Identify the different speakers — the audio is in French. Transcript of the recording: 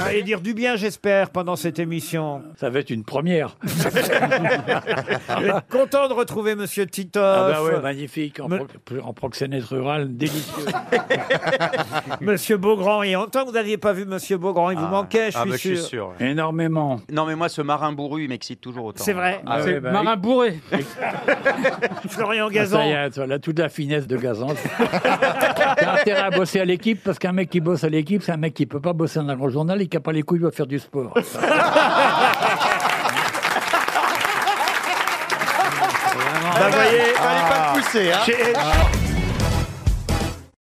Speaker 1: allez dire du bien, j'espère, pendant cette émission.
Speaker 2: Ça va être une première.
Speaker 1: Content de retrouver Monsieur Titoff.
Speaker 2: Ah bah ouais, magnifique, en, pro- en proxénète rural, délicieux. bah,
Speaker 1: Monsieur Beaugrand, et en tant que vous n'aviez pas vu Monsieur Beaugrand, il vous manquait, je
Speaker 3: ah
Speaker 1: suis
Speaker 3: bah,
Speaker 1: sûr.
Speaker 3: Je suis sûr. ouais.
Speaker 2: Énormément.
Speaker 3: Non, mais moi, ce marin bourru, il m'excite toujours autant.
Speaker 1: C'est vrai.
Speaker 3: Ah
Speaker 2: C'est
Speaker 3: ouais,
Speaker 2: bah,
Speaker 4: Marin bourré.
Speaker 1: Florian
Speaker 2: ah, ça y
Speaker 1: Gazan.
Speaker 2: est, toi, là, toute la finesse de Gazan. T'as intérêt à bosser à l'équipe, parce qu'un mec qui bosse à l'équipe, c'est un mec qui peut pas bosser dans un grand journal et qui a pas les couilles, il doit faire du sport.
Speaker 1: Bah, voyez, Bah,
Speaker 3: Fallait pas pousser, hein
Speaker 1: j'ai-